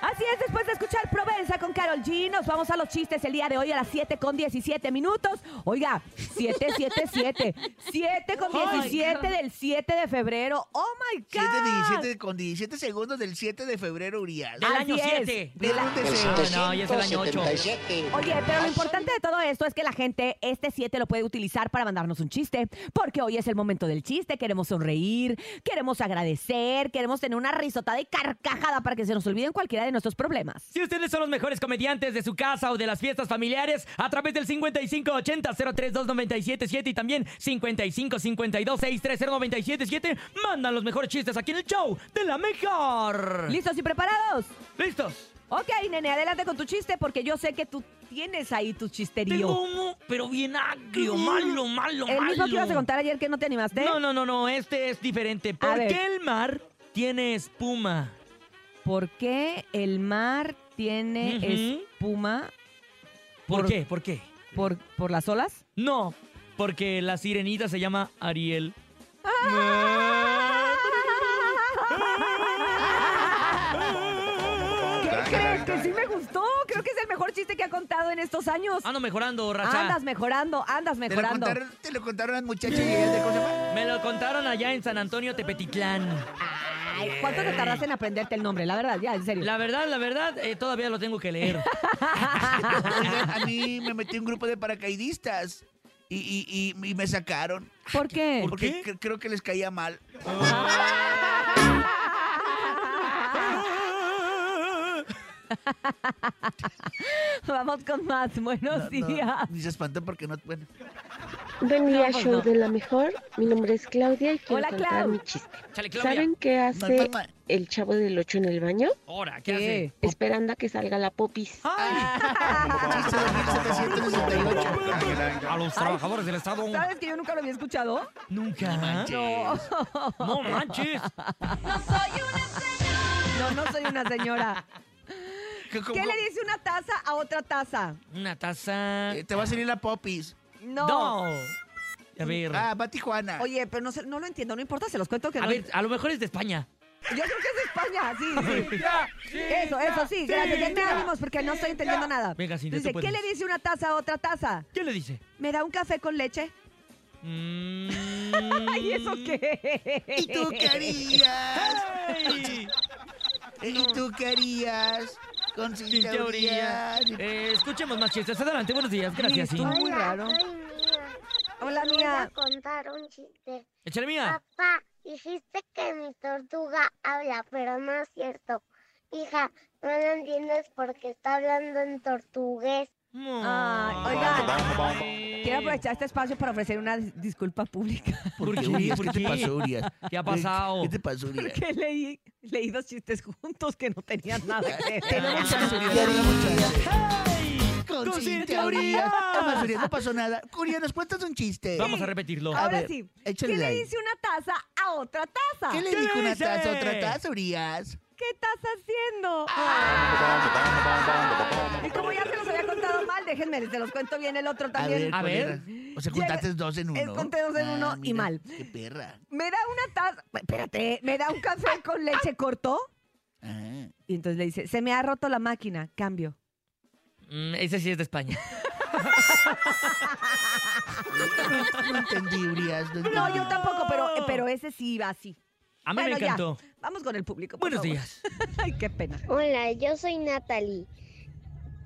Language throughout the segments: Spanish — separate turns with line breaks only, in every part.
Así es, después de escuchar Provenza con Carol G, nos vamos a los chistes el día de hoy a las 7 con 17 minutos. Oiga, 777, 7 con
Oh my
17
God.
del 7 de febrero. ¡Oh, my God!
7 17 con 17 segundos del 7 de febrero, Urias.
Del
Así
año
es.
7.
De la-
Pregúntese.
Ah, No, ya es el año 8.
77.
Oye, pero lo importante de todo esto es que la gente este 7 lo puede utilizar para mandarnos un chiste, porque hoy es el momento del chiste, queremos sonreír, queremos agradecer, queremos tener una risotada y carcajada para que se nos olviden cualquiera de nuestros problemas.
Si ustedes son los mejores comediantes de su casa o de las fiestas familiares, a través del 5580-032977 y también 5552-630977, mandan los mejores chistes aquí en el show de la mejor.
¿Listos y preparados?
¿Listos?
Ok, nene, adelante con tu chiste, porque yo sé que tú tienes ahí tu
Tengo
chisterío.
uno, pero bien agrio, malo, malo,
El mismo que
malo.
ibas a contar ayer que no te animaste.
No, no, no, no, este es diferente. ¿Por
ver.
qué el mar tiene espuma?
¿Por qué el mar tiene
Ujú.
espuma
¿Por,
Por-
qué? ¿Por qué?
por, por las olas?
No, porque la sirenita se llama Ariel.
¿Qué crees? Que sí me gustó. Creo que es el mejor chiste que ha contado en estos años.
Ando mejorando, raza.
Andas mejorando, andas
Te lo,
mejorando.
contaron, te lo contaron las muchachas y ellas de cosa.
Me lo contaron allá en San Antonio Tepetitlán.
Ay, ¿cuánto te tardaste en aprenderte el nombre? La verdad, ya, en serio.
La verdad, la verdad, eh, todavía lo tengo que leer.
Oigan, a mí me metí un grupo de paracaidistas y, y- y- y me sacaron.
¿Por qué?
Porque cre- creo que les caía mal.
Vamos con más. Buenos
No,
días.
ni se espantó porque no. Bueno.
Buen día,
No, pues
show
no.
de la mejor. Mi nombre es Claudia y quiero
Hola,
contar
Clau.
mi chiste.
Chale, Claudia.
¿Saben qué hace
Mamá.
el chavo del ocho en el baño?
Ahora, ¿qué,
¿Qué?
hace?
Esperando a que salga la popis.
Chiste de 1768.
A los trabajadores del Estado.
¿Sabes que yo nunca lo había escuchado?
Nunca. ¿Ah?
No.
No manches.
No, no soy una señora.
Que como-
¿Qué le dice una taza a otra taza?
Una taza.
Eh, Te va a salir la popis.
No.
No. A ver.
Ah, va a Tijuana.
Oye, pero no, sé- no lo entiendo, no importa, se los cuento pues, que
A
no.
ver, a lo mejor es de España.
Yo creo que es de España, sí, sí. Eso, eso sí, gracias. Ya te ánimos porque no estoy entendiendo nada.
Venga, Cintia,
Dice,
tú
¿qué le
puedes.
dice una taza a otra taza?
¿Qué le dice? Mm.
¿Me da un café con leche? Mm.
¿Y
¿Y eso qué?
¿Y tú qué harías? ¿Y tú qué harías? Con
Sin
Cintia
teoría.
Urias.
Eh, escuchemos más chistes. Adelante, buenos días. Gracias, sí.
Listo. muy raro.
soy mía.
Hola,
Te
mía.
Voy a contar un chiste.
Échale
Ah.
mía.
Papá, dijiste que mi tortuga habla, pero no es cierto. Hija, no lo entiendes porque está hablando en tortugués.
Ay, oigan, quiero aprovechar este espacio para ofrecer una dis- disculpa pública.
¿Por qué?
Urias?
¿Por
¿Qué te
qué?
pasó, Urias?
¿Qué ha pasado?
¿Qué te pasó, Urias?
Porque leí, leí dos chistes juntos que no tenían nada que ver.
Tenemos chance, Urias.
Teoría.
Tenemos chance.
¡Ay!
Con
¡Con
Cintia
Cintia
Urias.
Urias!
Además, Urias, no pasó nada. Urias, nos cuentas un chiste.
Vamos a repetirlo.
A
Ahora
ver,
sí,
échale
¿qué le
ahí.
dice una taza a otra taza?
¿Qué le
¿Qué le
dijo una
dice?
taza a otra taza, Urias?
¿Qué estás haciendo?
Ah.
Y como ya se los había contado mal, déjenme, se los cuento bien el otro también.
A
¿cuál
ver.
era? O sea, contaste dos en
Eh,
uno. Ah,
conté dos en uno y mal.
Qué perra.
Me da una taza, espérate, me da un café con leche corto.
Ah.
Y entonces le dice, se me ha roto la máquina, cambio.
Mm, ese sí es de España.
No entendí, Urias. No,
No,
entendí.
yo tampoco, pero, pero ese sí iba así.
A mí
Bueno,
me
ya.
encantó.
Vamos con el público. por
Buenos
favor.
días.
Ay, qué pena.
Hola, yo soy Natalie.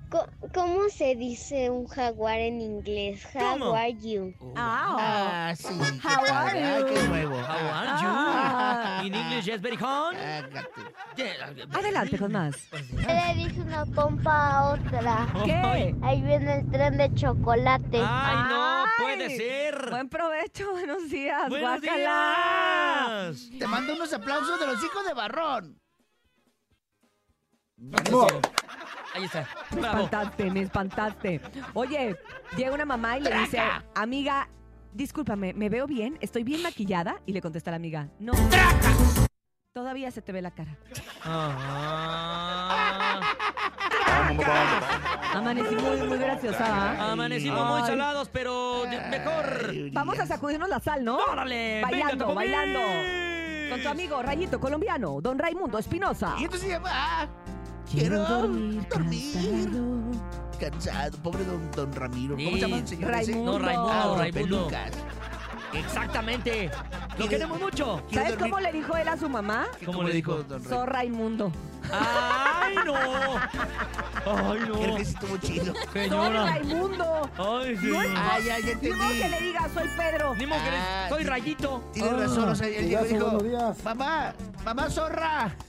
Co- ¿Cómo se dice un jaguar en inglés?
¿Cómo?
How are you?
Ah,
Ah, sí. qué
How are
padre. Ay, qué
you?
nuevo. Ah,
How are you?
Ah.
In English, yes, very con.
Cágate.
adelante con más.
Le dice una pompa a otra.
¿Qué?
Ahí viene el tren de chocolate.
Ah.
Ay, no
Ay.
puede ser.
Buen provecho, buenos días.
Buenos
guácala.
días.
Te mando unos aplausos de los hijos de Barrón.
Ahí está.
Me
Bravo.
espantaste, me espantaste. Oye, llega una mamá y le dice, amiga, discúlpame, ¿me veo bien? ¿Estoy bien maquillada? Y le contesta la amiga, no. Todavía se te ve la cara.
Ah.
Amanecí muy, muy graciosa, ¿ah? ¿va?
Amanecimos muy
Ay.
salados, pero de- mejor.
Ay,
Vamos a sacudirnos la sal, ¿no?
¡Órale!
Bailando,
¡Venga, Cocomix!
bailando. Con tu amigo Rayito Colombiano, don Raimundo Espinosa.
Y entonces se llama. ah, Quiero dormir. Cansado. Pobre don, don Ramiro. ¿Cómo se llama el señor ese?
Raimundo.
No, Raimundo,
Ah, don
Raimundo.
Pelucas.
Exactamente. Lo
Mire.
queremos mucho.
Quiero
¿Sabes
dormir.
cómo le dijo él a su mamá?
¿Qué-
¿Cómo
cómo
le
le
dijo?
dijo don
Soy
Raimundo?
Raimundo.
¡Ay, no! ¡Ay,
Creo que
no!
sí estuvo chido.
Soy
Señora.
Raimundo.
¡Ay, sí!
Ah, ya, ya
Ni modo que le
entendí.
diga, soy Pedro.
Ni modo que eres-
Ah,
soy
sí.
rayito. Oh.
Tiene razón. O sea, él llegó y
Pegaso,
dijo,
buenos días.
mamá, mamá zorra.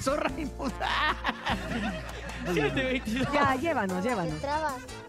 Zorra inmunda.
722.
Ya, llévanos, llévanos.
Trabas.